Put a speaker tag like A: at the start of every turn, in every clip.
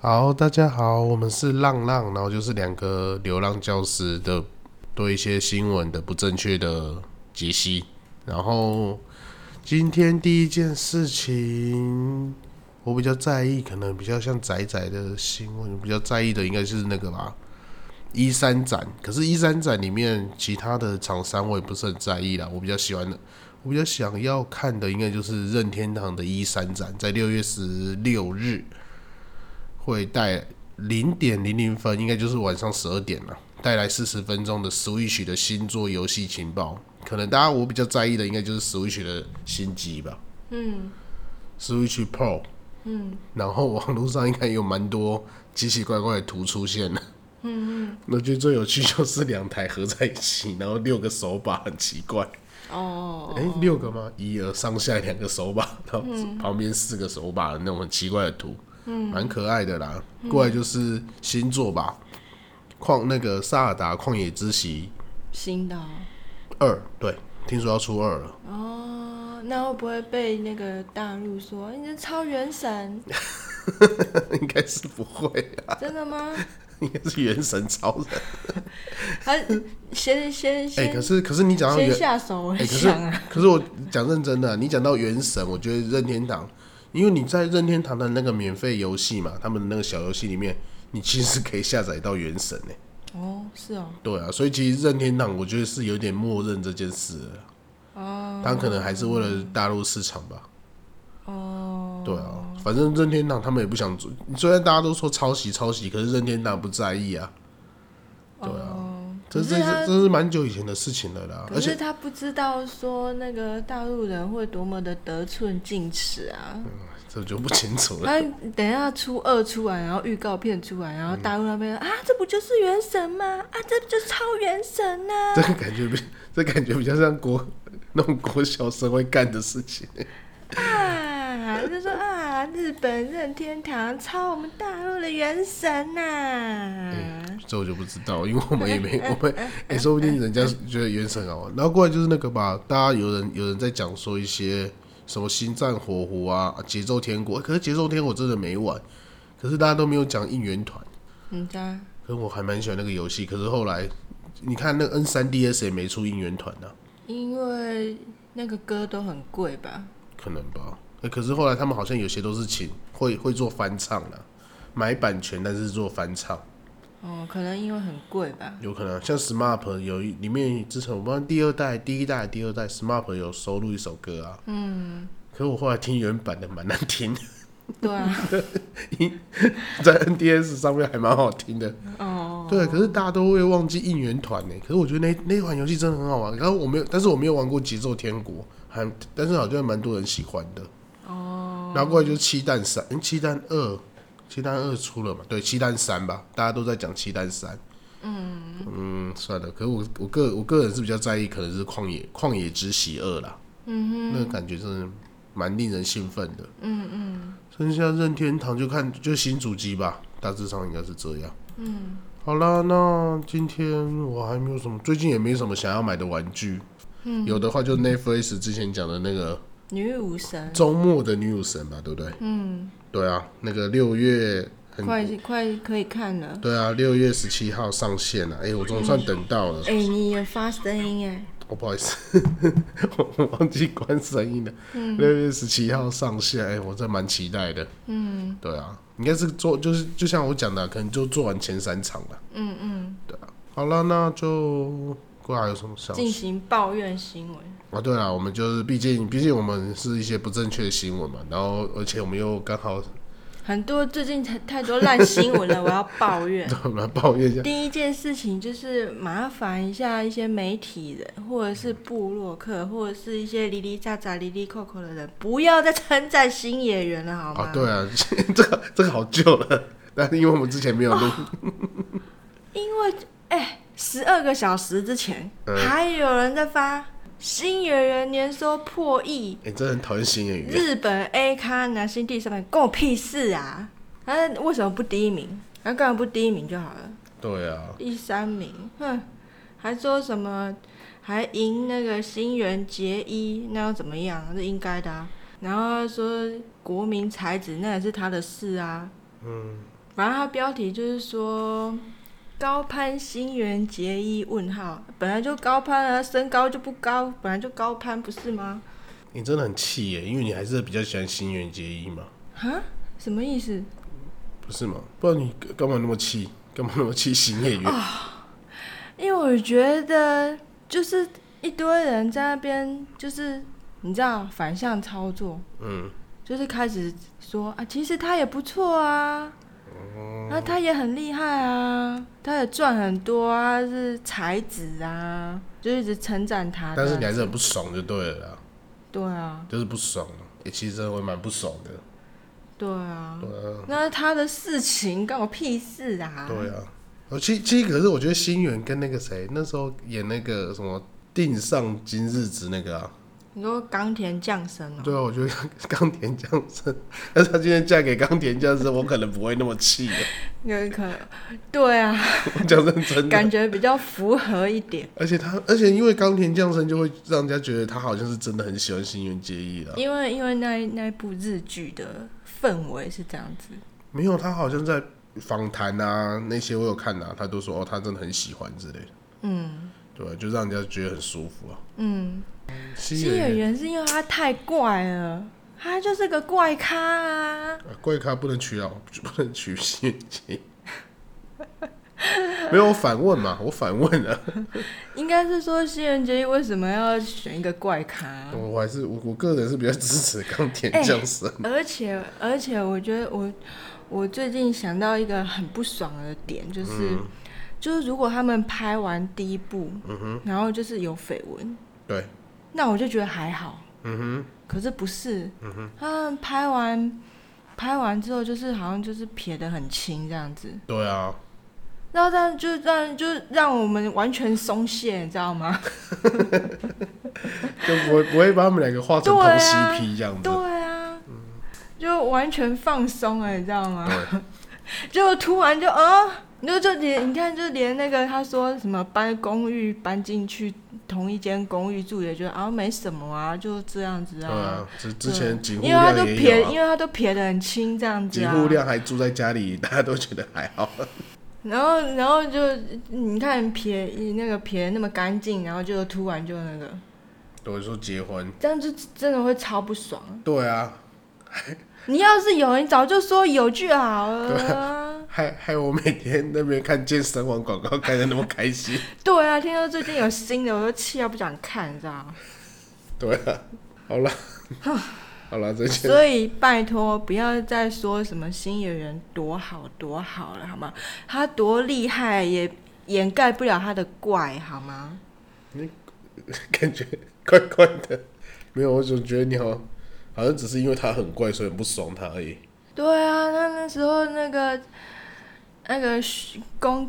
A: 好，大家好，我们是浪浪，然后就是两个流浪教师的对一些新闻的不正确的解析。然后今天第一件事情，我比较在意，可能比较像仔仔的新闻，比较在意的应该是那个吧，一三展。可是，一三展里面其他的厂商我也不是很在意啦，我比较喜欢的。我比较想要看的应该就是任天堂的一三展，在六月十六日会带零点零零分，应该就是晚上十二点了，带来四十分钟的 Switch 的新作游戏情报。可能大家我比较在意的应该就是 Switch 的新机吧
B: 嗯
A: ，Switch Pro。
B: 嗯
A: 然后网络上应该有蛮多奇奇怪怪的图出现的。
B: 嗯
A: 我觉得最有趣就是两台合在一起，然后六个手把很奇怪。
B: 嗯，哦
A: 哎、六个吗？一二上下两个手把，然后
B: 嗯
A: 旁边四个手把的那种很奇怪的图，蛮可爱的啦。
B: 嗯
A: 过来就是星座吧，旷那个《萨尔达旷野之息
B: 新的哦
A: 二》，对，听说要出二了。
B: 哦，那会不会被那个大陆说哎你是超原 神？
A: 应该是不会啊，
B: 真的吗？
A: 应该是原神超人。
B: 还先先
A: 哎、
B: 先、
A: 可是可是你讲到原
B: 先，下手为
A: 哎、可
B: 强啊
A: 是？可是我讲认真的、啊你讲到原神，我觉得任天堂，因为你在任天堂的那个免费游戏嘛，他们的那个小游戏里面，你其实可以下载到原神呢、
B: 哦，是哦，
A: 对啊，所以其实任天堂我觉得是有点默认这件事了，
B: 哦
A: 他可能还是为了大陆市场吧。
B: 哦，
A: 对啊，反正任天堂他们也不想做，虽然大家都说抄袭抄袭，可是任天堂不在意啊。对啊，
B: 哦，
A: 这
B: 可
A: 这
B: 是
A: 这
B: 他
A: 这是蛮久以前的事情了啦，
B: 可
A: 而
B: 是
A: 且
B: 他不知道说那个大陆人会多么的得寸进尺啊！
A: 嗯这就不清楚了。
B: 他等一下出二出来，然后预告片出来，然后大陆那边、啊，这不就是原神吗？啊，这不就是超原神啊呐、
A: 这个感觉比这感觉比较像国那种国小生会干的事情。
B: 啊，就说啊，日本任天堂抄我们大陆的原神呐、
A: 这我就不知道，因为我们也没我们，哎、说不定人家觉得原神很好玩。然后过来就是那个吧，大家有人有人在讲说一些什么《星战火狐》啊，《节奏天国》，可是《节奏天国》真的没玩，可是大家都没有讲应援团。
B: 人家
A: 可是我还蛮喜欢那个游戏，可是后来你看那个 N 三 DS 也没出应援团啊，
B: 因为那个歌都很贵吧？
A: 可能吧。哎可是后来他们好像有些都是请会会做翻唱啦，买版权但是做翻唱。
B: 哦，可能因为很贵吧。
A: 有可能啊像 SMAP 有一里面之前我不知道第二代、第一代、第二代 SMAP 有收录一首歌啊，嗯，可是我后来听原版的蛮难听的，
B: 对啊，
A: 在 NDS 上面还蛮好听的，
B: 哦，
A: 对，可是大家都会忘记应援团呢，可是我觉得那那款游戏真的很好玩，然后我没有，但是我没有玩过节奏天国，还但是好像蛮多人喜欢的，哦，然后过来就是七蛋三，嗯，七蛋二，七蛋二出了嘛，对，七蛋三吧，大家都在讲七蛋三。嗯，算了。可是我我个我个人是比较在意，可能是旷野旷野之息二啦。嗯哼，那个感觉真的蛮令人兴奋的。嗯嗯，剩下任天堂就看就新主机吧，大致上应该是这样。嗯，好啦，那今天我还没有什么，最近也没什么想要买的玩具。嗯，有的话就 Netflix 之前讲的那个
B: 女武神，
A: 周末的女武神吧，对不对？嗯，对啊，那个六月很
B: 快快可以看了。
A: 对啊，六月十七号上线了、哎、我总算等到了。
B: 哎、你有发声音哎？
A: 哦，不好意思， 我我忘记关声音了。六、月十七号上线，哎、我这蛮期待的。嗯，对啊，应该是做就是就像我讲的，啊可能就做完前三场了。嗯嗯，对啊。好了，那就过来有什么想
B: 进行抱怨新闻。
A: 啊？对了，我们就是毕竟毕竟我们是一些不正确的新闻嘛，然后而且我们又刚好
B: 很多最近太太多烂新闻了，我要抱怨。
A: 我们来抱怨一下。
B: 第一件事情就是麻烦一下一些媒体人，或者是部落客，或者是一些哩哩喳喳、哩哩扣扣的人，不要再称赞新演员了，好吗？
A: 啊，对啊， 这个这个好旧了， 但是因为我们之前没有录，
B: 因为哎，十二个小时之前、
A: 嗯
B: 还有人在发新演员年收破亿，
A: 哎、真的很讨厌新演员。
B: 日本 A 咖男星第三名，关我屁事啊！他为什么不第一名？他干嘛不第一名就好了？
A: 对啊，
B: 第三名，哼，还说什么还赢那个新垣结衣，那又怎么样？是应该的啊。然后他说国民才子，那也是他的事啊。嗯。反正它标题就是说高攀新垣结衣问号，本来就高攀啊，身高就不高，本来就高攀不是吗？
A: 你真的很气耶，因为你还是比较喜欢新垣结衣嘛，
B: 啊，什么意思？
A: 不是吗？不然你干嘛那么气？干嘛那么气新演员？
B: 因为我觉得就是一堆人在那边，就是你知道反向操作，
A: 嗯，
B: 就是开始说啊，其实他也不错啊，然后他也很厉害啊，他也赚很多啊，是才子啊，就一直称赞他。
A: 但是你还
B: 这样
A: 是很不爽就对了啦，
B: 对啊，
A: 就是不爽啊。欸其实真的会蛮不爽的，
B: 对啊，
A: 对啊。
B: 那他的事情干我屁事啊！
A: 对啊，哦，其其实可是我觉得新垣跟那个谁那时候演那个什么定上今日子那个啊，
B: 你说冈田降生哦，
A: 对啊，我觉得 冈田将生，但是她今天嫁给冈田将生，我可能不会那么气的，
B: 有一可对啊，
A: 我讲认真的。
B: 感觉比较符合一点。
A: 而且他，而且因为冈田将生就会让人家觉得他好像是真的很喜欢新垣结衣啊。
B: 因为因为那一那一部日剧的氛围是这样子，
A: 没有，他好像在访谈啊那些我有看啊，他都说哦，他真的很喜欢之类的，
B: 嗯
A: 对啊、就让人家觉得很舒服啊。
B: 嗯，
A: 新
B: 新演员是因为他太怪了，他就是个怪咖啊，
A: 啊 怪咖不能娶老，不能娶新垣结衣。没有，我反问嘛，我反问啊，
B: 应该是说新人结衣为什么要选一个怪咖？
A: 我我还是我我个人是比较支持冈田
B: 哎
A: 将生。
B: 而且而且我觉得我我最近想到一个很不爽的点，就是、就是如果他们拍完第一部，然后就是有绯闻，
A: 对，
B: 那我就觉得还好。
A: 嗯
B: 可是不是，他们拍完拍完之后，就是好像就是撇得很轻这样子
A: 哼，，对啊，
B: 然后这样就让就让我们完全松懈，你知道吗？
A: 就不会不会把他们两个画成同
B: 对啊
A: CP 这样子。
B: 对啊，
A: 嗯
B: 就完全放松了，你知道吗？ 就突然就啊，你就就连你看，就连那个他说什么搬公寓搬进去同一间公寓住，也觉得啊没什么啊，就这样子
A: 对啊，之之前
B: 嗯
A: 警护
B: 因为他都
A: 亮也
B: 撇，
A: 有、啊，
B: 因为他都撇得很轻这样子
A: 警
B: 啊。
A: 护亮还住在家里，大家都觉得还好。
B: 然后，然后就你看撇那个撇那么干净，然后就突然就那个，
A: 我说结婚，
B: 这样就真的会超不爽。
A: 对啊，
B: 你要是有，你早就说有就好了啊。
A: 害害我每天那边看健身房广告看的那么开心。
B: 对啊，听说最近有新的，我都气到不想看，你知道吗？
A: 对啊，好 了，好了，再见。
B: 所以拜托，不要再说什么新演员多好多好了，好吗？他多厉害也掩盖不了他的怪，好吗？
A: 感觉怪怪的。没有，我总觉得你好，好像只是因为他很怪，所以很不爽他而已。
B: 对啊，那那时候那个那个宣公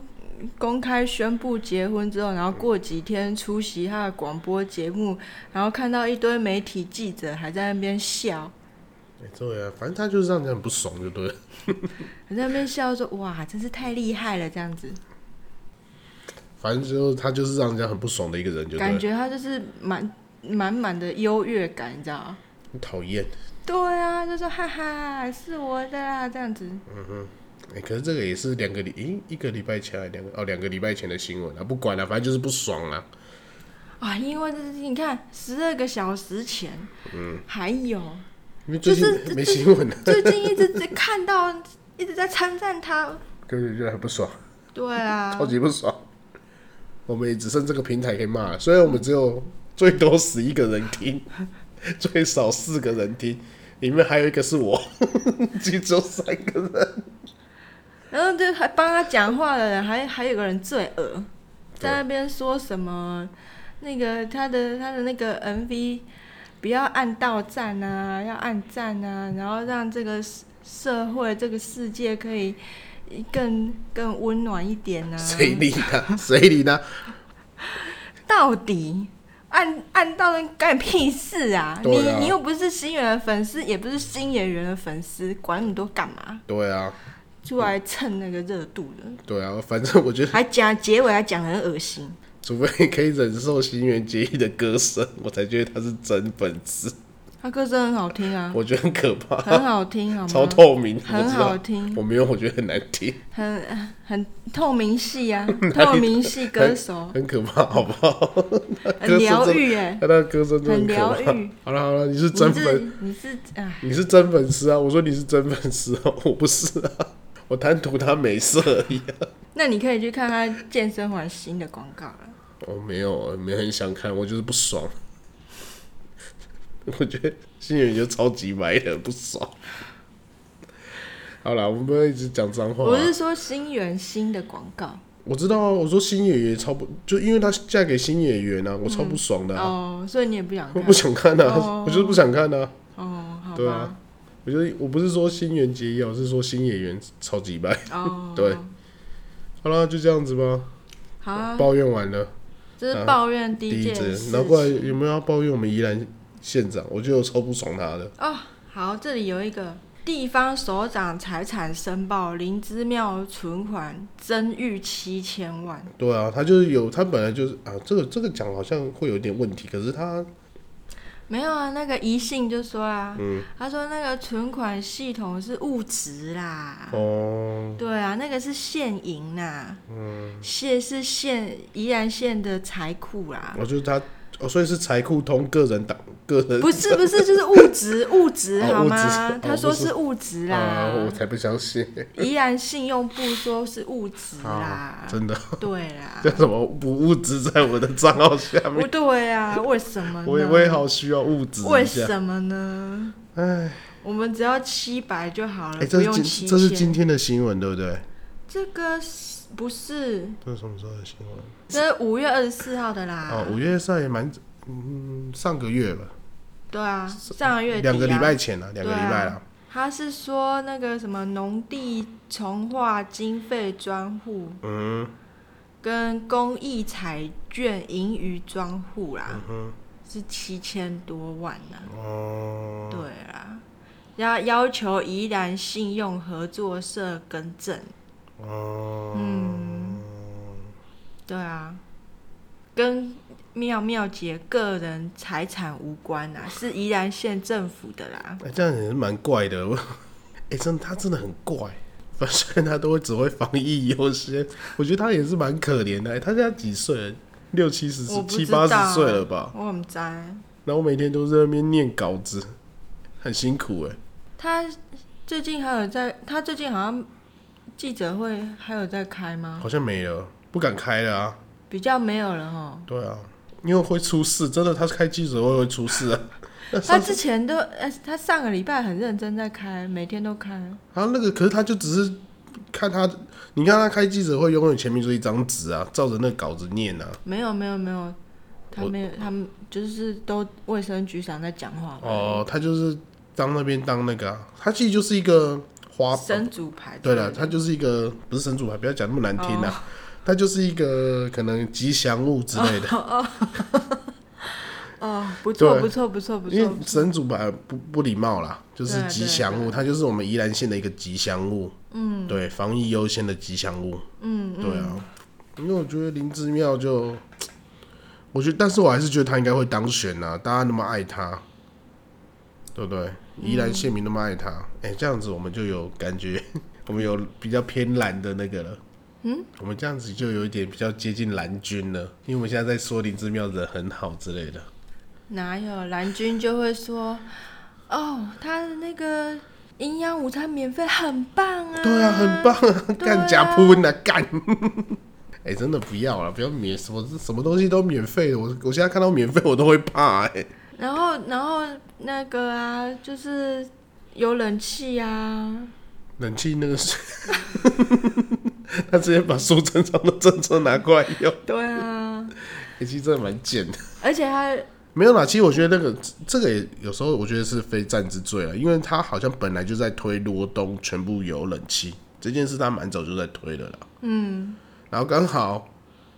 B: 公开宣布结婚之后，然后过几天出席他的广播节目，然后看到一堆媒体记者还在那边笑，
A: 哎对啊，反正他就是让人很不爽，就对了。
B: 还在那边笑说：“哇，真是太厉害了！”这样子，
A: 反正就是他就是让人家很不爽的一个人，就对
B: 感
A: 了。
B: 觉他就是满满满的优越感，你知道吗？
A: 很讨厌。
B: 对啊，就说哈哈，是我的啦，这样子。
A: 哎、可是这个也是两个礼，诶、一个礼拜前还两个哦，两个礼拜前的新闻啊，不管了、反正就是不爽啊。
B: 啊，因为这是你看，十二个小时前，嗯，还有
A: 因为最近
B: 就是
A: 没新闻了，
B: 最近一直在看到，一直在称赞他。
A: 就是觉得很不爽，
B: 对啊
A: 超，级不爽。我们也只剩这个平台可以骂了，虽然我们只有最多十一个人听， 最少四个人听，里面还有一个是我， 其实只有三个人。
B: 然后就还帮他讲话的人，还还有个人最恶，
A: 对
B: 在那边说什么那个他的他的那个 MV 不要按到赞啊，要按赞啊，然后让这个社社会这个世界可以更更温暖一点啊。
A: 谁理他？谁理他？
B: 到底按按到那干屁事啊？
A: 对啊
B: 你你又不是新演员的粉丝，也不是新演员的粉丝，管那么多干嘛？
A: 对啊，
B: 出来蹭那个热度的，
A: 对啊，反正我觉得，
B: 还讲结尾还讲得很恶心。
A: 除非可以忍受新垣结衣的歌声，我才觉得他是真粉丝。
B: 他歌声很好听啊，
A: 我觉得很可怕，
B: 很好听，好吗？
A: 超透明，我
B: 很
A: 知
B: 好
A: 道。
B: 听，
A: 我没有，我觉得很难听，
B: 很很透明系 啊， 透明系歌手，
A: 嗯哎很 可怕，好不好？
B: 很
A: 歌声
B: 疗
A: 真
B: 愈哎，
A: 他那歌声真的
B: 很
A: 很
B: 疗
A: 可怕。
B: 愈。
A: 好了好了，你是真
B: 你
A: 粉，
B: 是你是啊，
A: 你是真粉丝啊！我说你是真粉丝啊， 我不是啊，我贪图他美色而已啊。
B: 那你可以去看他健身环新的广告了。
A: 我哦没有，没很想看，我就是不爽。 我觉得新人就超级白的，不爽。好啦，我们不要一直讲脏话、
B: 我
A: 啊。
B: 是说新源新的广告
A: 我知道啊，我说新演员超不，就因为她嫁给新演员啊，我超不爽的、啊，
B: 哦，所以你也不想
A: 我
B: 看
A: 不想看啊，
B: 哦
A: 我就是不想看啊。
B: 哦，好
A: 对
B: 吧
A: 啊，我觉得我不是说新垣结衣啊，我是说新演员超级白。
B: 哦，
A: 对，好啦，就这样子吧，
B: 好 啊，
A: 抱怨完了。
B: 这是抱怨第
A: 啊第
B: 一
A: 一
B: 件
A: 只
B: 事，情。
A: 然后过来有没有要抱怨我们宜兰县长？我觉得我超不爽他的。
B: 哦，好，这里有一个地方首长财产申报林芝庙存款增逾七千万，
A: 对啊，他就是有，他本来就是啊，这个这个讲好像会有点问题，可是他
B: 没有啊？那个宜信就说啊，
A: 嗯
B: 他说那个存款系统是误植啦。
A: 哦，
B: 对啊，那个是现银呐，嗯，现是现宜兰县的财库啦，
A: 我就是他，哦，所以是财库通个人党个人
B: 不是不是，就是物 质物质
A: 哦
B: 好
A: 物
B: 吗？
A: 质
B: 他
A: 哦
B: 说
A: 不是
B: 是物质啦
A: 啊，，我才不相信
B: 宜兰信用部说是物质啦
A: 啊，，真的
B: 对 啦，
A: 叫什么不物质在我的账号下
B: 不
A: 面，
B: 对啊，为什么呢？
A: 我也我也好需要物质
B: 为
A: 一下。
B: 什么呢？
A: 哎，
B: 我们只要七百就好了，
A: 哎，
B: 不
A: 这
B: 用
A: 是今
B: 七千。
A: 这是今天的新闻对不对？
B: 这个是不是，
A: 这是什么时候的新闻？
B: 这是五月二十四号的啦。
A: 哦，五月赛也蛮，嗯，上个月吧，
B: 对啊，上个月底、啊、
A: 两个礼拜前了，两个礼拜
B: 对
A: 了
B: 啊。他是说那个什么农地重划经费专户
A: 嗯，
B: 跟公益彩券盈余专户啦，
A: 嗯哼
B: 是七千多万啊呢、
A: 哦，
B: 对啊，要要求宜兰信用合作社更正。
A: 哦，
B: 嗯，对啊，跟妙妙姐个人财产无关啊，是宜兰县政府的啦。
A: 哎、这样也是蛮怪的。 我哎、真的，他真的很怪。反正他都会只会防疫优先，我觉得他也是蛮可怜的、哎他现在几岁了？六七十
B: 我、不
A: 七
B: 知道哎
A: 八十岁了吧？
B: 我很在，
A: 然后每天都在那边念稿子，很辛苦哎、
B: 他最近还有在，他最近好像记者会还有在开吗？
A: 好像没了，不敢开了啊。
B: 比较没有了哈。
A: 对啊，因为会出事，真的，他开记者会会出事 啊。那
B: 他
A: 上次
B: 之前都，呃，他上个礼拜很认真在开，每天都开。
A: 啊，那个可是他就只是看他，你看他开记者会，永远前面就是一张纸啊，照着那稿子念啊。
B: 没有没有没有，他
A: 我
B: 没有，他们就是都卫生局长在讲话。
A: 哦，他就是当那边当那个、啊，他其实就是一个花。
B: 神主哦牌之
A: 哦对
B: 类的。
A: 了，他就是一个不是神主牌，不要讲那么难听啦、他就是一个可能吉祥物之类的，
B: 哦，不错
A: 对
B: 不错不错不
A: 因为
B: 错，
A: 神主牌不不礼貌啦，就是
B: 对啊
A: 吉祥物，他就是我们宜兰县的一个吉祥物。嗯，对，防疫优先的吉祥物。
B: 嗯，
A: 对啊，因为我觉得林之妙就，我觉得，但是我还是觉得他应该会当选啊，大家那么爱他，对不对？宜兰县民那么爱他，
B: 嗯
A: 哎、这样子我们就有感觉， 我们有比较偏蓝的那个了。嗯，我们这样子就有一点比较接近蓝军了，因为我们现在在说林之妙人很好之类的。
B: 哪有蓝军就会说，哦，他的那个营养午餐免费很棒啊，
A: 对啊，很棒啊，
B: 对啊
A: 干加铺啊，干！ 哎、真的不要了，不要免什么什么东西都免费的，我我现在看到免费我都会怕哎、
B: 然后然后那个啊，就是有冷气啊，
A: 冷气那个水， 他直接把苏贞昌的政策拿过来用，
B: 对啊，
A: 欸、其实真的蛮贱的。
B: 而且他
A: 没有啦，其实我觉得那个这个也有时候我觉得是非战之罪啊了，因为他好像本来就在推罗东全部有冷气这件事，他蛮早就在推了啦。嗯，然后刚好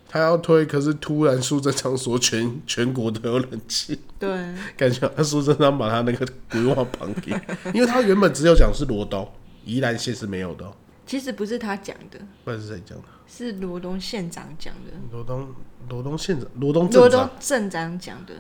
A: 他要推，可是突然苏贞昌说全 全国都有冷气，
B: 对
A: 感觉好像苏贞昌把他那个规划绑给， 因为他原本只有讲是罗东，宜兰县是没有的哦、
B: 其实不是他讲的，
A: 不然是谁讲的？
B: 是罗东县长讲的，
A: 罗东罗东县长，罗东
B: 罗
A: 镇
B: 东
A: 长，
B: 镇长讲的，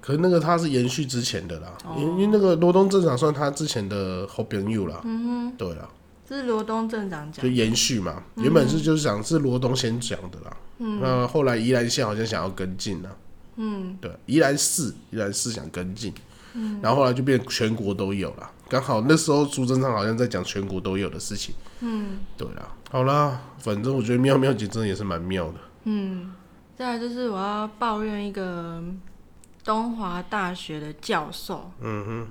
A: 可是那个他是延续之前的啦，因、因为那个罗东镇长算他之前的后边 you 啦，嗯对啦，
B: 这是罗东镇长讲
A: 就，延续嘛，原本是就是想是罗东先讲的啦，嗯，那后来宜兰县好像想要跟进啦，嗯，对，宜兰市宜兰市想跟进，嗯，然后后来就变全国都有啦，刚好那时候朱正昌好像在讲全国都有的事情，嗯，对啦，好啦，反正我觉得妙妙姐真的也是蛮妙的，
B: 再来就是我要抱怨一个东华大学的教授，嗯哼，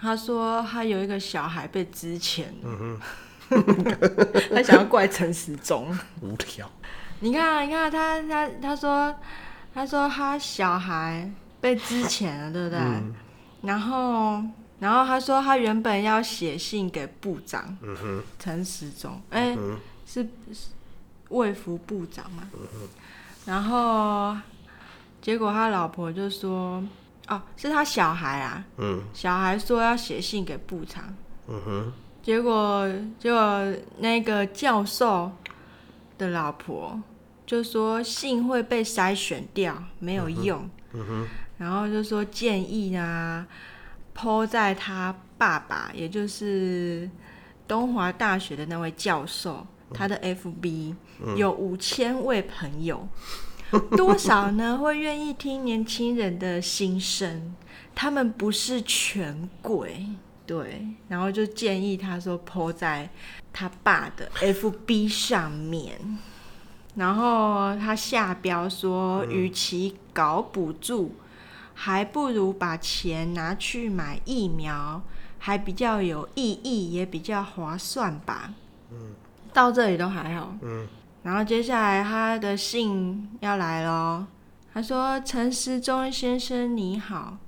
B: 他说他有一个小孩被支遣，嗯哼， 他想要怪陈时中。
A: 无聊，
B: 你看啊，你看啊他他他说他说他小孩被支遣了，对不对？然后然后他说他原本要写信给部长，嗯哼，陈时中，哎、是是卫福部长嘛，然后结果他老婆就说，哦，是他小孩啊，
A: 嗯
B: 小孩说要写信给部长，
A: 嗯哼，
B: 结果结果那个教授的老婆就说信会被筛选掉，没有用。然后就说建议啊，抛在他爸爸，也就是东华大学的那位教授，他的 FB 有五千位朋友，多少呢会愿意听年轻人的心声？他们不是权贵，对。然后就建议他说抛在他爸的 FB 上面。然后他下标说，与其搞补助，还不如把钱拿去买疫苗，还比较有意义，也比较划算吧。嗯，到这里都还好。嗯，然后接下来他的信要来咯，他说：“陈时中先生你好，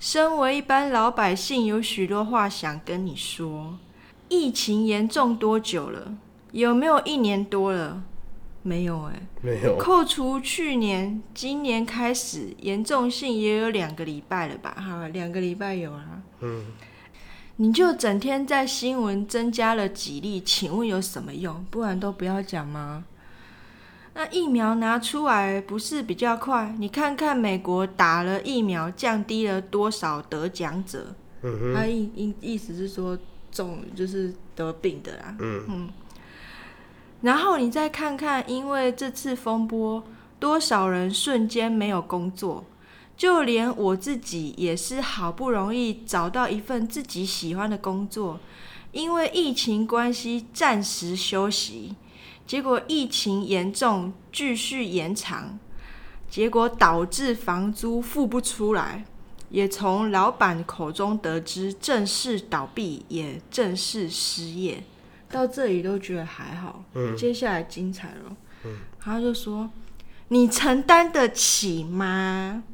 B: 身为一般老百姓，有许多话想跟你说。疫情严重多久了？有没有一年多了？没有哎、
A: 没有，
B: 扣除去年，今年开始严重性也有两个礼拜了吧？哈，两个礼拜有啊。嗯，你就整天在新闻增加了几例，请问有什么用？不然都不要讲吗？那疫苗拿出来不是比较快？你看看美国打了疫苗，降低了多少得奖者？嗯、他意意意思是说中就是得病的啦。嗯然后你再看看，因为这次风波，多少人瞬间没有工作，就连我自己也是好不容易找到一份自己喜欢的工作，因为疫情关系暂时休息，结果疫情严重继续延长，结果导致房租付不出来。也从老板口中得知，正式倒闭，也正式失业。到这里都觉得还好，接下来精彩了。他就说：“你承担得起吗？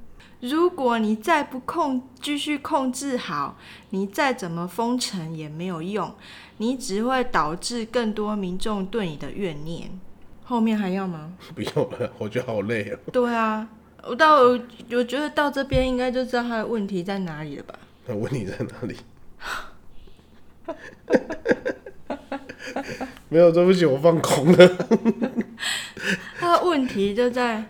B: 如果你再不控，继续控制好，你再怎么封城也没有用，你只会导致更多民众对你的怨念。后面还要吗？
A: 不用了，我觉得好累啊。
B: 对啊，我到我我觉得到这边应该就知道他的问题在哪里了吧？
A: 那问题在哪里？ 没有，对不起，我放空了。
B: 他的问题就在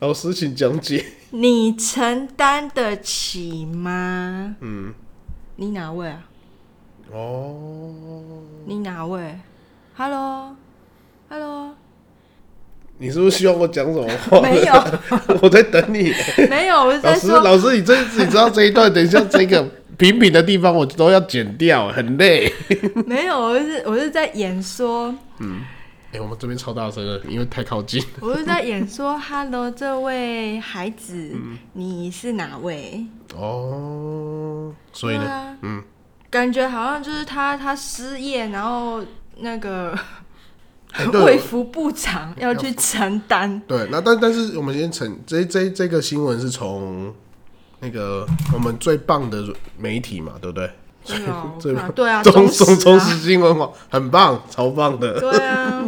A: 老师，请讲解。
B: 你承担得起吗？嗯，你哪位啊？
A: 哦，
B: 你哪位？Hello，Hello，
A: 你是不是希望我讲什么话？
B: 没有，
A: 我在等你。
B: 没有，我是
A: 老
B: 在
A: 师，
B: 说，
A: 老师，你这你知道这一段，等一下这个平平的地方我都要剪掉，很累。
B: 没有，我是我是在演说，
A: 哎、我们这边超大声了，因为太靠近。
B: 我是在演说。Hello，这位孩子，
A: 嗯
B: 你是哪位？
A: 哦，所以
B: 对
A: 呢，
B: 啊，
A: 嗯，
B: 感觉好像就是他，他失业，然后那个
A: 哎对
B: 卫福部长要去承担。
A: 对，那但但是我们先澄这这这个新闻是从那个我们最棒的媒体嘛，对不对？
B: 对啊我
A: 最
B: 看对 啊，
A: 中
B: 时
A: 中中
B: 啊
A: 时新闻网很棒，超棒的。
B: 对啊，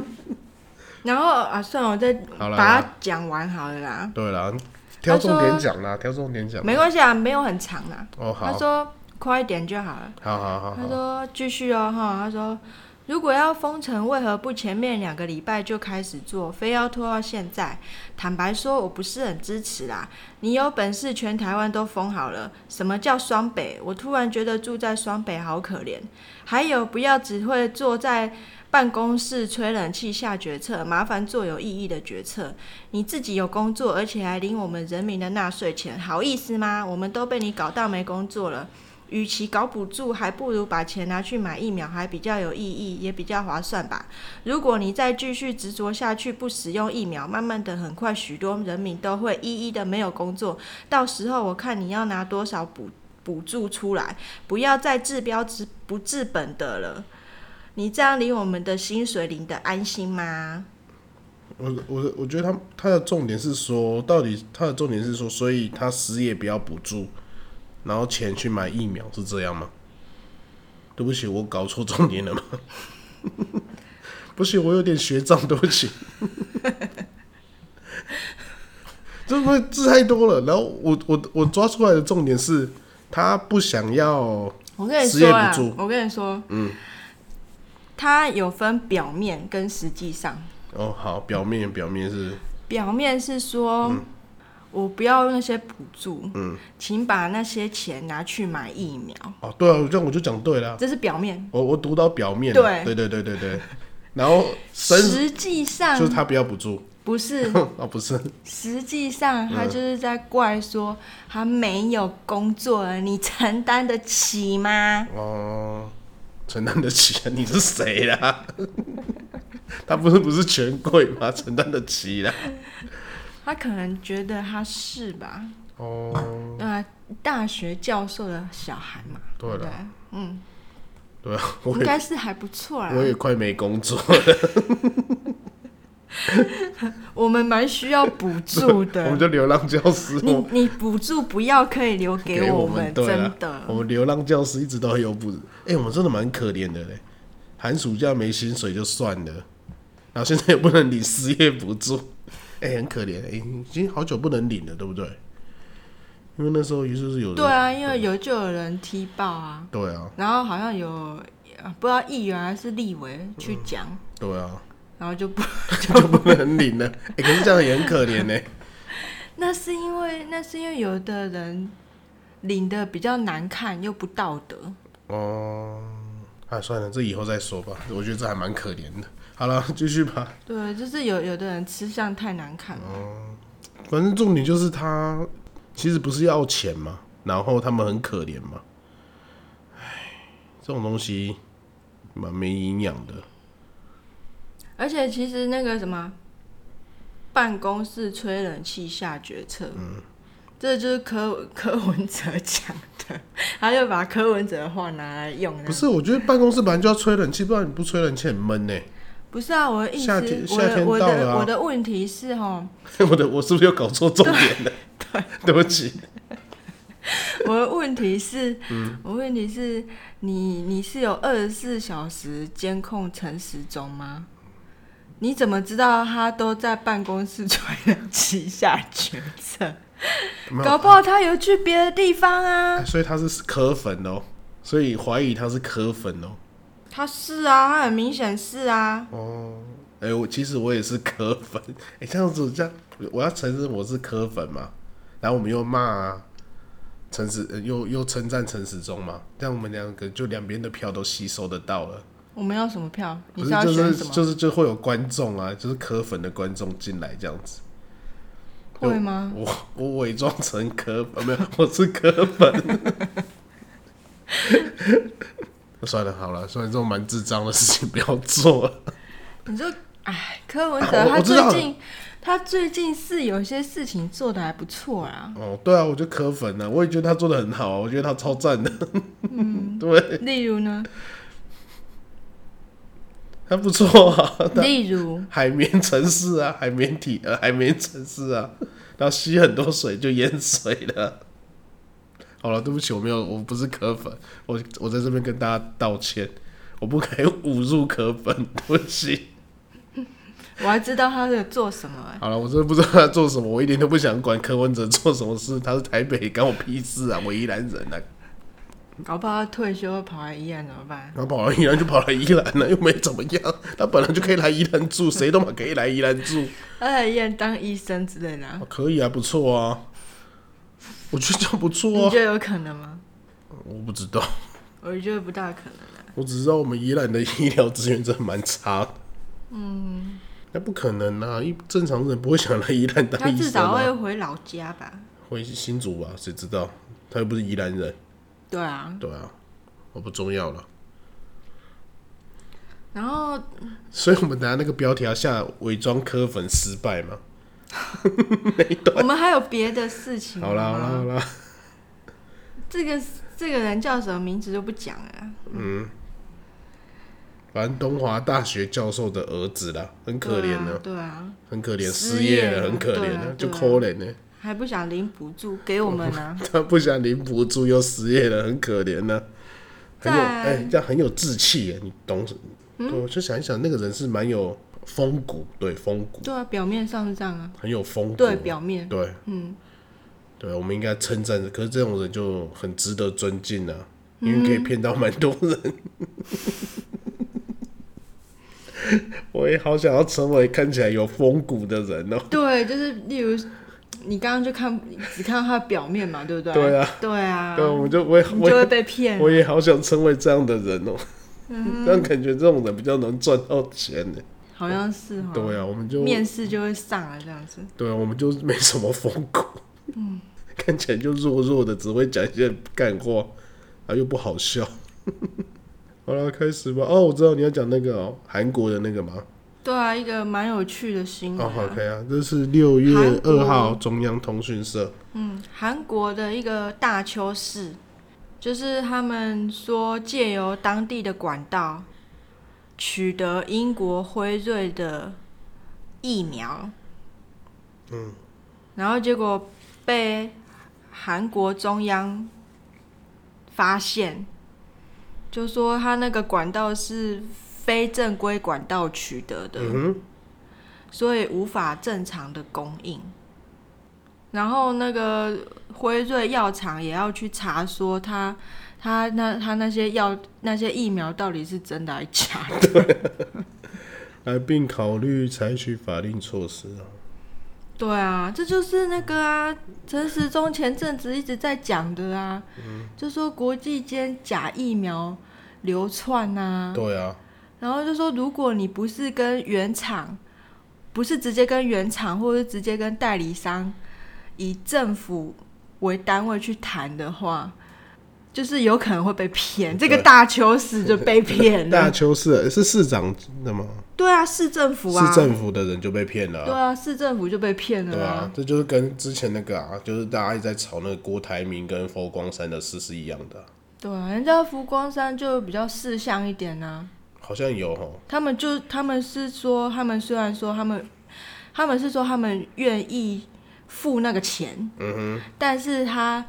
B: 然后啊，算了，我再
A: 好啦
B: 把它讲完好了啦，
A: 对啦，挑
B: 他说
A: 重点讲啦，挑重点讲。
B: 没关系啊，没有很长啦。
A: 哦，
B: 他
A: 好，
B: 说快一点就好了。
A: 好好好
B: 他
A: 好，
B: 说继续哦哈，他说如果要封城，为何不前面两个礼拜就开始做，非要拖到现在？坦白说，我不是很支持啦。你有本事全台湾都封好了，什么叫双北？我突然觉得住在双北好可怜。还有，不要只会坐在办公室吹冷气下决策，麻烦做有意义的决策。你自己有工作，而且还领我们人民的纳税钱，好意思吗？我们都被你搞到没工作了。与其搞补助，还不如把钱拿去买疫苗，还比较有意义，也比较划算吧。如果你再继续执着下去，不使用疫苗，慢慢的，很快许多人民都会一一的没有工作。到时候我看你要拿多少补补助出来，不要再治标治不治本的了。你这样离我们的薪水领的安心吗？
A: 我我我觉得他他的重点是说，到底他的重点是说，所以他失业不要补助，然后钱去买疫苗，是这样吗？对不起，我搞错重点了吗？ 不行，我有点学障，对不起。 这会字太多了，然后我我我抓出来的重点是，他不想要
B: 我跟你
A: 失业
B: 说
A: 补
B: 啦
A: 助，
B: 我跟你说，嗯，它有分表面跟实际上。
A: 哦，好，表面表面是
B: 表面是说、
A: 嗯
B: 我不要那些补助，嗯，请把那些钱拿去买疫苗，
A: 哦，对啊，这样我就讲对了啊，
B: 这是表面。
A: 我我读到表面了，
B: 对
A: 对对对对 对，然后深
B: 实际上
A: 就是他不要补助
B: 不是，
A: 啊，不是，
B: 实际
A: 嗯
B: 上他就是在怪说他没有工作了，你承担得起吗？
A: 哦，承担得起啊？你是谁啦？ 他不是不是权贵吗？承担得起啊啦。
B: 他可能觉得他是吧？
A: 哦，
B: 对啊，大学教授的小孩嘛，
A: 对
B: 不
A: 了
B: 对？嗯，
A: 对啊，我
B: 应
A: 也
B: 该是还不错啦。
A: 我也快没工作了，
B: 我们蛮需要补 助
A: 我们
B: 的。
A: 就流浪教师。
B: 你
A: 我
B: 你补助不要可以留给
A: 我
B: 们，
A: 对啊
B: 真
A: 啦我
B: 的。
A: 们流浪教师一直都有补，哎、我们真的蛮可怜的嘞。寒暑假没薪水就算了，然后现在也不能领失业补助， 哎、很可怜，哎、已经好久不能领了，对不对？因为那时候于是是有人
B: 对啊，因为有就有人踢爆啊，
A: 对啊，
B: 然后好像有呃不知道议员还是立委去讲，
A: 对啊，
B: 然后就不
A: 就不能领了。 哎、可是这样也很可怜呢、
B: 那是因为那是因为有的人领的比较难看又不道德，
A: 哦，啊，算了，这以后再说吧。我觉得这还蛮可怜的。好了，继续吧。
B: 对，就是有有的人吃相太难看了，
A: 反正重点就是他其实不是要钱嘛，然后他们很可怜嘛。唉，这种东西蛮没营养的。
B: 而且其实那个什么办公室吹冷气下决策，这就是柯柯文哲讲的，他就把柯文哲的话拿来用，
A: 不是，我觉得办公室本来就要吹冷气，不然你不吹冷气很闷呢、
B: 不是啊，我的意
A: 夏天
B: 思，我
A: 夏天
B: 的我
A: 到了
B: 的
A: 啊
B: 我的问题是 哈，
A: 我的，我是不是又搞错重点了？对，不起。
B: 我的问题是，
A: 嗯
B: 我的问题是你你是有二十四小时监控陈时中吗？你怎么知道他都在办公室吹冷气下决策？
A: 没有
B: 搞不好他有去别的地方啊
A: 哎。所以他是科粉哦，所以怀疑他是科粉哦。
B: 他是啊，他很明显是啊。
A: 哦，哎、我其实我也是科粉， 哎、这样子这样，我我要承认我是科粉嘛，然后我们又骂、啊、陈时，呃又又称赞陈时中嘛，这样我们两个就两边的票都吸收得到了，
B: 我们要什么票？你
A: 不是
B: 是要
A: 就
B: 选
A: 是
B: 什么？
A: 就是就会有观众啊，就是科粉的观众进来这样子。
B: 会吗？
A: 我我伪装成科粉，没有， 我是科粉。 算了，好了，算了，这种蛮智障的事情不要做了。
B: 你就哎，柯文
A: 啊
B: 哲
A: 我
B: 他
A: 我知
B: 最
A: 道了，
B: 近他最近是有些事情做的还不错啊
A: 哦，对啊，我就磕粉啊，我也觉得他做的很好啊，我觉得他超赞的。嗯， 对，
B: 例如呢，
A: 他不错啊，
B: 例如
A: 海绵城市啊，海绵体呃，海绵城市啊，然后吸很多水就淹水了。好了，对不起，我没有，我不是磕粉，我我在这边跟大家道歉，我不该侮辱磕粉，对不起。
B: 我还知道他在做什么、欸，
A: 好了，我真的不知道他做什么，我一点都不想管柯文哲做什么事，他是台北，干我屁事啊，我宜兰人啊。
B: 搞不好他退休跑来医院怎么办？
A: 然后跑到宜兰就跑来宜兰了，又没怎么样。他本来就可以来宜兰 住，谁都嘛可以来宜兰住、
B: 他来医院当医生之类的啊、
A: 啊可以啊，不错啊。我觉得这样不错
B: 你
A: 啊
B: 觉。得有可能吗？
A: 我不知道，
B: 我觉得不大可能啊。
A: 我只知道我们宜兰的医疗资源真的蛮差的。嗯，那不可能啊！一正常人不会想来宜兰当
B: 他
A: 医
B: 至
A: 生
B: 少会
A: 啊，
B: 回老家吧？
A: 回新竹吧？谁知道？他又不是宜兰人，
B: 对啊，
A: 对啊，我不重要了。
B: 然后
A: 所以我们等下那个标题要啊下伪装科粉失败嘛？
B: 我们还有别的事情
A: 好啦，好啦，
B: 吗
A: 好啦。
B: 这个这个人叫什么名字就不讲了啊，
A: 反正东华大学教授的儿子啦，很可怜
B: 对
A: 呢、
B: 啊对啊，
A: 很可怜，
B: 失
A: 失业
B: 业了
A: 了，很可怜
B: 对啊
A: 呢、就
B: 对啊
A: 可怜呢、
B: 还不想领补助给我们啊呢、
A: 他不想领补助又失业了，很可怜呢、很有
B: 在嗯
A: 哎、这样很有志气耶，你懂？对，我就想一想，那个人是蛮有风骨，对，风骨，
B: 对啊，表面上是这样啊，
A: 很有风骨，
B: 对，表面
A: 对，嗯，对，我们应该称赞，可是这种人就很值得尊敬啊，因为可以骗到蛮多人。 我也好想要成为看起来有风骨的人哦、
B: 对，就是例如你刚刚就看只看到他的表面嘛，对不对？
A: 对啊，
B: 对啊，
A: 对，我就我也
B: 你
A: 我
B: 就会
A: 也
B: 被骗
A: 我。也好想成为这样的人哦、 这样感觉这种人比较能赚到钱呢、
B: 好像是哈，
A: 对啊，我们就
B: 面试就会上了这样子。
A: 对啊，我们就没什么风骨，
B: 嗯
A: 看起来就弱弱的，只会讲一些干话，啊，又不好笑。 好了，开始吧。哦，我知道你要讲那个哦韩、国的那个嘛。
B: 对啊，一个蛮有趣的新闻
A: 哦
B: 啊、
A: ，OK 啊，这是六月
B: 韩国
A: 二号中央通讯社。
B: 嗯，韩国的一个大邱市，就是他们说借由当地的管道取得英国辉瑞的疫苗，嗯，
A: 嗯
B: 然后结果被韩国中央发现，就说他那个管道是非正规管道取得的，
A: 嗯哼，
B: 所以无法正常的供应。然后那个辉瑞药厂也要去查，说他他那他那些药那些疫苗到底是真的还是假的？
A: 来，并考虑采取法令措施啊。
B: 对啊，这就是那个啊，陈时中前阵子一直在讲的啊，就说国际间假疫苗流窜啊，
A: 对啊，
B: 然后就说，如果你不是跟原厂，不是直接跟原厂，或者是直接跟代理商，以政府为单位去谈的话，就是有可能会被骗。这个
A: 对
B: 大邱市就被骗
A: 大
B: 了。
A: 邱市啊是市长的吗？
B: 对啊，市政府啊，
A: 市政府的人就被骗了啊、
B: 对啊，市政府就被骗
A: 对
B: 了
A: 啊。，这就是跟之前那个啊，就是大家一直在吵那个郭台铭跟佛光山的事是一样的啊、
B: 对啊，人家福光山就比较事项一点啊。
A: 好像有哦，
B: 他们就他们是说，他们虽然说他们，他们是说他们愿意付那个钱，嗯哼，但是他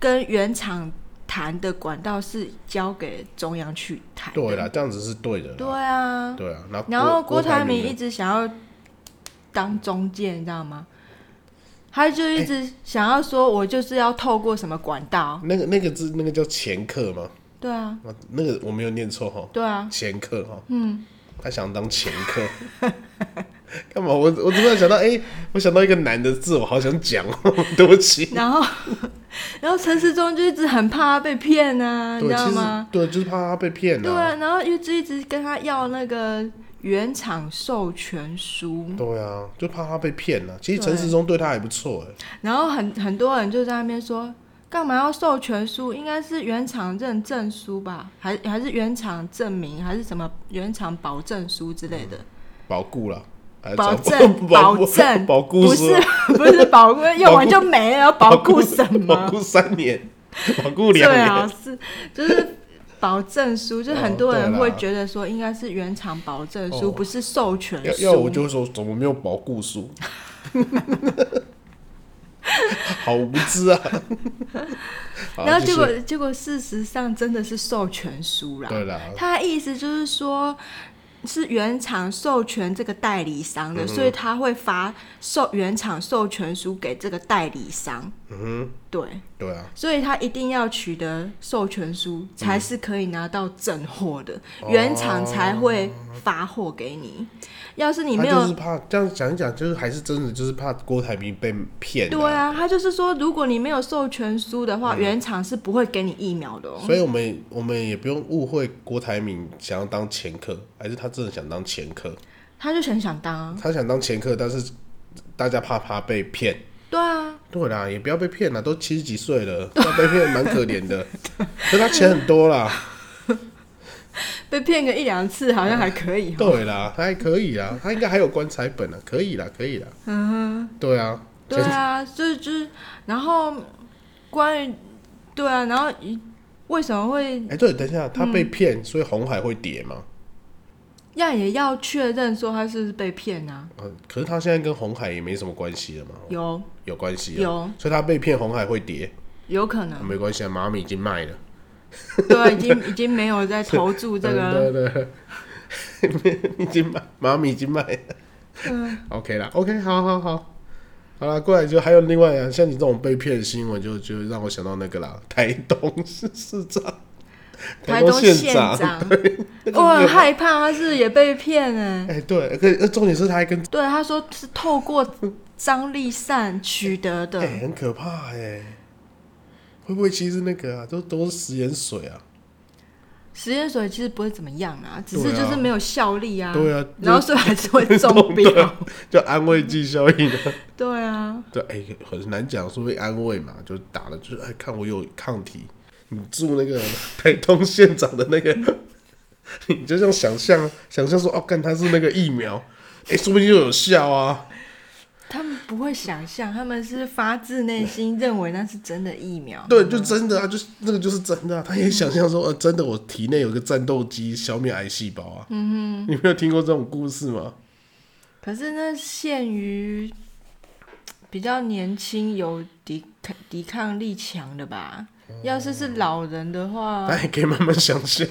B: 跟原厂谈的管道是交给中央去谈的，
A: 对啦，这样子是对的啦，
B: 对啊。
A: 对啊。然后
B: 然后郭台
A: 台
B: 铭
A: 铭
B: 一直想要当中介，你知道吗？他就一
A: 哎
B: 直想要说，我就是要透过什么管道，
A: 那个那个字那个叫前客吗？
B: 对啊，
A: 啊那个我没有念错哈，
B: 对啊，
A: 前客哈，嗯，他想当前客， 干嘛？我我突然想到，哎、我想到一个男的字，我好想讲哦， 对不起。
B: 然后， 然后陈世忠就一直很怕他被骗啊，你
A: 对，
B: 知道
A: 其实
B: 吗？
A: 对，就是怕他被骗
B: 对
A: 啊。
B: 啊，然后一直一直跟他要那个原厂授权书，
A: 对啊，就怕他被骗了、啊。其实
B: 对
A: 陈时中对他还不错哎、
B: 然后很很多人就在那边说，干嘛要授权书？应该是原厂认证书吧，还还是原厂证明，还是什么原厂保证书之类的？
A: 保固啦，还是
B: 保
A: 找
B: 证
A: 保
B: 保
A: 固
B: 证
A: 保
B: 不
A: 固
B: 是不是保固，用完就没了，保固什
A: 保
B: 么？
A: 固三年， 保固
B: 对
A: 两年。
B: 啊，是就是。保证书，就很多
A: 哦对
B: 人
A: 啦
B: 会觉得说应该是原厂保证书，
A: 哦
B: 不是授权
A: 要
B: 书。
A: 要我就说怎么没有保固书， 好无知 啊！好
B: 然后结果
A: 啊就是
B: 结果事实上真的是授权书啦。
A: 对啦，
B: 他的意思就是说，是原厂授权这个
A: 嗯
B: 代理商的，所以他会发授原厂授权书给这个代理商。
A: 嗯
B: 对，
A: 哼，对啊，
B: 所以他一定要取得授权书，才是可以拿到正货的，
A: 哦
B: 原厂才会发货给你。要是你
A: 他
B: 没
A: 就
B: 有
A: 是怕这样讲一讲，就是还是真的就是怕郭台铭被骗、
B: 对啊，他就是说，如果你没有授权书的
A: 嗯
B: 话，原厂是不会给你疫苗的哦。
A: 所以我们我们也不用误会郭台铭想要当前科，还是他真的想当前科？
B: 他就很想当啊，
A: 他想当前科，但是大家怕他被骗。
B: 对啊，
A: 对啦，也不要被骗啦，都七十几岁了，要被骗蛮可怜的。 可是他钱很多 啦，
B: 被骗个一两次好像还可以哦。
A: 对啦，他还可以啦，他应该还有棺材本啊，可以啦，可以啦。嗯对啊，
B: 对啊，就是就是，然后关于对啊，然后一为什么会
A: 哎、对，等一下，
B: 嗯
A: 他被骗，所以红海会跌吗？
B: 要也要确认说他是不是被骗啊？
A: 呃，可是他现在跟红海也没什么关系了嘛，
B: 有
A: 有关系啊，
B: 有嗯
A: 所以他被骗，红海会跌，
B: 有可
A: 啊
B: 能，
A: 没关系啊，妈咪已经卖了，
B: 对啊，已经已经没有在投注这个，
A: 对对嗯对， 已经卖，妈咪已经卖了，嗯，OK 啦，OK，好好好，好啦，过来就还有另外啊，像你这种被骗的新闻就，就让我想到那个啦，台东市市长，
B: 台
A: 东
B: 东县
A: 长，
B: 长，
A: 那个
B: 我很
A: 没有
B: 害怕他是不是也被骗哎、
A: 哎、对，可是重点是他还跟，
B: 对，他说是透过张立善取得的
A: 哎、，很可怕哎、会不会其实那个啊，都都是食盐水啊？
B: 实验所其实不会怎么样啊，只
A: 对
B: 是
A: 啊
B: 就是没有效力啊。
A: 对啊
B: 然后所以还是 会中
A: 中
B: 标。
A: 标，就安慰剂效应啊。
B: 对啊，
A: 对，哎、很难讲，说会安慰嘛，就打了，就是哎，看我有抗体。你住那个台东县长的那个， 你就这样想象，想象说，哦，干他是那个疫苗，哎、说不定就有效啊。
B: 他们不会想象，他们是发自内心认为那是真的疫苗。
A: 对，就真的啊，就是那个就是真的啊。他也想象说，呃，真的，我体内有个战斗机消灭癌细胞啊。嗯哼，你没有听过这种故事吗？
B: 可是那限于比较年轻、有抵抗抵抗力强的吧。
A: 嗯
B: 要是是老人的话，
A: 大家也可以慢慢想象。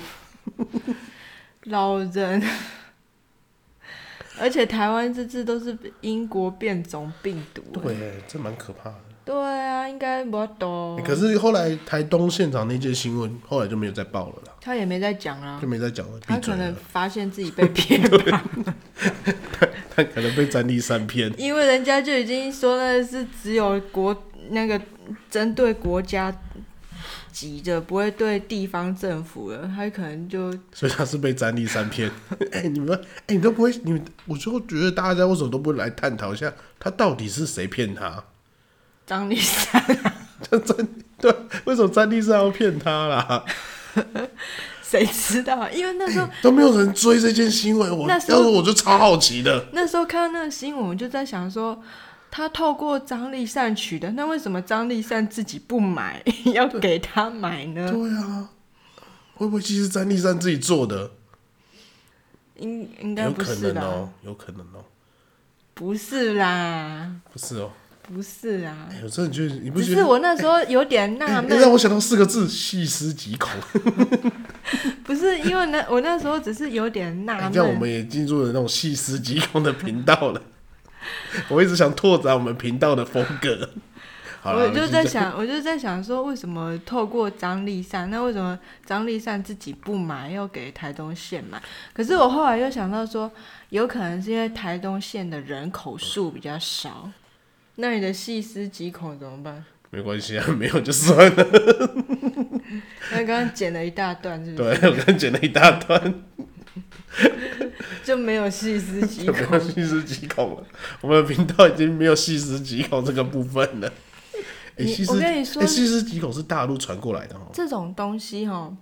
B: 老人， 而且台湾这次都是英国变种病毒。
A: 对，这蛮可怕的。
B: 对啊，应该不懂
A: 欸。可是后来台东县长那件新闻，后来就没有再报了啦，
B: 他也没在讲啊
A: 就，没再讲了，闭
B: 他
A: 嘴
B: 可能
A: 了。
B: 发现自己被骗吧，
A: 他可能被战力三骗，
B: 因为人家就已经说那是只有国那个针对国家级的，不会对地方政府了，他可能就
A: 所以他是被战力三骗。 哎、你们，哎、你都不会，你们，我就觉得大家为什么都不来探讨一下，他到底是谁骗他？
B: 张立山
A: 这战对，为什么战力是要骗他啦？
B: 谁知道啊？因为那时候
A: 都没有人追这件新闻，我
B: 那
A: 要
B: 时候
A: 是我就超好奇的。
B: 那时候看到那个新闻，我就在想说，他透过张立善取的，那为什么张立善自己不买， 要给他买呢？
A: 对啊，会不会其实战力三自己做的？
B: 应应该
A: 有
B: 不
A: 可能
B: 是啦，
A: 哦、有可能哦、
B: 不是啦，
A: 不是哦、
B: 不是啊。
A: 哎、我真的觉得你不
B: 只
A: 觉
B: 是
A: 得？
B: 我那时候有点纳
A: 哎
B: 闷，
A: 让我想到四个字：细思极恐。
B: 不是因为那我那时候只是有点纳
A: 哎这样我
B: 闷，
A: 们也进入了那种细思极恐的频道了。 我一直想拓展我们频道的风格。好了，
B: 我就在想，我就在想说，为什么透过张立善，那为什么张立善自己不买，要给台东县买？可是我后来又想到说，有可能是因为台东县的人口数比较少，那你的细思极恐怎么办？
A: 没关系啊，没有就算了。
B: 那刚刚剪了一大段，是不
A: 对，
B: 是
A: 我刚剪了一大段，
B: 就没有细思极
A: 就
B: 恐
A: 没？有细思极恐了。我们的频道已经没有细思极恐这个部分了。哎、
B: 你
A: 细
B: 我
A: 思，
B: 跟你
A: 哎、
B: 说
A: 细思极恐是大陆传过来的哦。
B: 这种东西哦，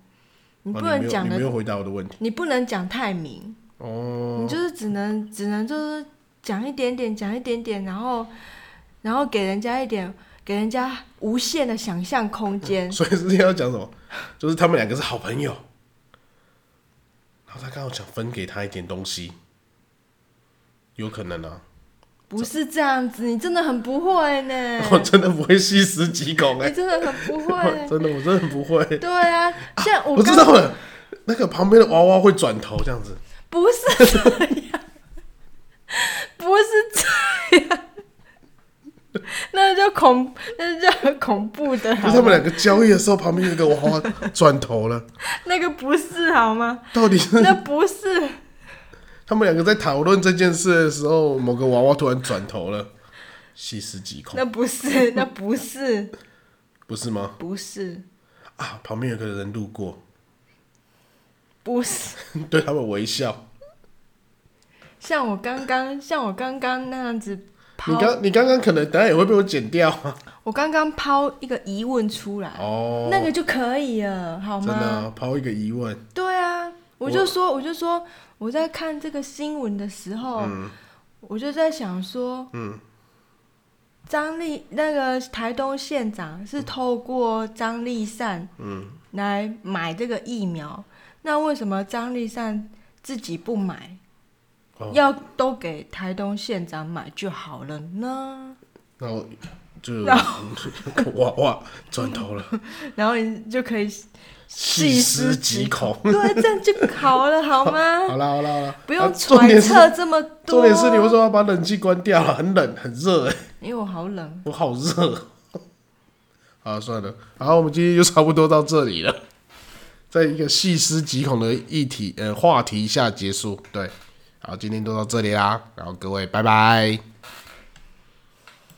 B: 你
A: 哦
B: 不
A: 没
B: 能
A: 有
B: 讲
A: 你没
B: 的，
A: 有回答我的问题
B: 你不能讲太明。
A: 哦。
B: 你就是只能只能就是讲一点点，讲一点点，然后然后给人家一点，给人家无限的想象空间。
A: 所以嗯是要讲什么？就是他们两个是好朋友，然后他刚好想分给他一点东西，有可能啊，
B: 不是这样子，你真的很不会呢，
A: 我真的不会细思极恐哎、
B: 嗯你真的很不
A: 我
B: 会。
A: 真的我真的不会，
B: 对啊，像我
A: 我知
B: 刚
A: 道了，那个旁边的娃娃会转头这样子，
B: 不是这样，不是这样，那叫口恐，那是很恐怖的好
A: 就
B: 吗。
A: 他们两个交易的时候，旁边有一个娃娃转头了，
B: 那个不是好吗？
A: 到底是
B: 那不是，
A: 他们两个在讨论这件事的时候，某个娃娃突然转头了，细思极恐
B: 那，不是，那不是，
A: 不是吗？
B: 不是，
A: 啊，旁边有个人路过，
B: 不是。
A: 对他们微笑。
B: 像我刚刚，像我刚刚那样子抛
A: 你，刚你刚刚可能等下也会被我剪掉啊。
B: 我刚刚抛一个疑问出来，
A: 哦，
B: 那个就可以了，好
A: 真
B: 吗？
A: 的啊抛一个疑问，
B: 对啊，我
A: 我
B: 就说，我就说，我在看这个新闻的时候，我就在想说，
A: 嗯
B: 张立那个台东县长是透过张立善，
A: 嗯，
B: 来买这个疫苗，那为什么张立善自己不买，
A: 哦
B: 要都给台东县长买就好了呢？
A: 然后就
B: 然
A: 娃娃转头了，
B: 然后你就可以，
A: 细
B: 细
A: 思
B: 思
A: 极
B: 极
A: 恐。
B: 对，这样就好了，好吗？
A: 好啦好啦好啦，
B: 不
A: 啊
B: 用
A: 重
B: 揣
A: 点是
B: 测这么
A: 重
B: 多。
A: 点是你为什么要把冷气关掉了？很冷很热哎、
B: 因为我好冷。
A: 我好热。哦 好，算了，好，我们今天就差不多到这里了，在一个细思极恐的议题呃话题下结束。对，好，今天就到这里啦，然后各位拜拜。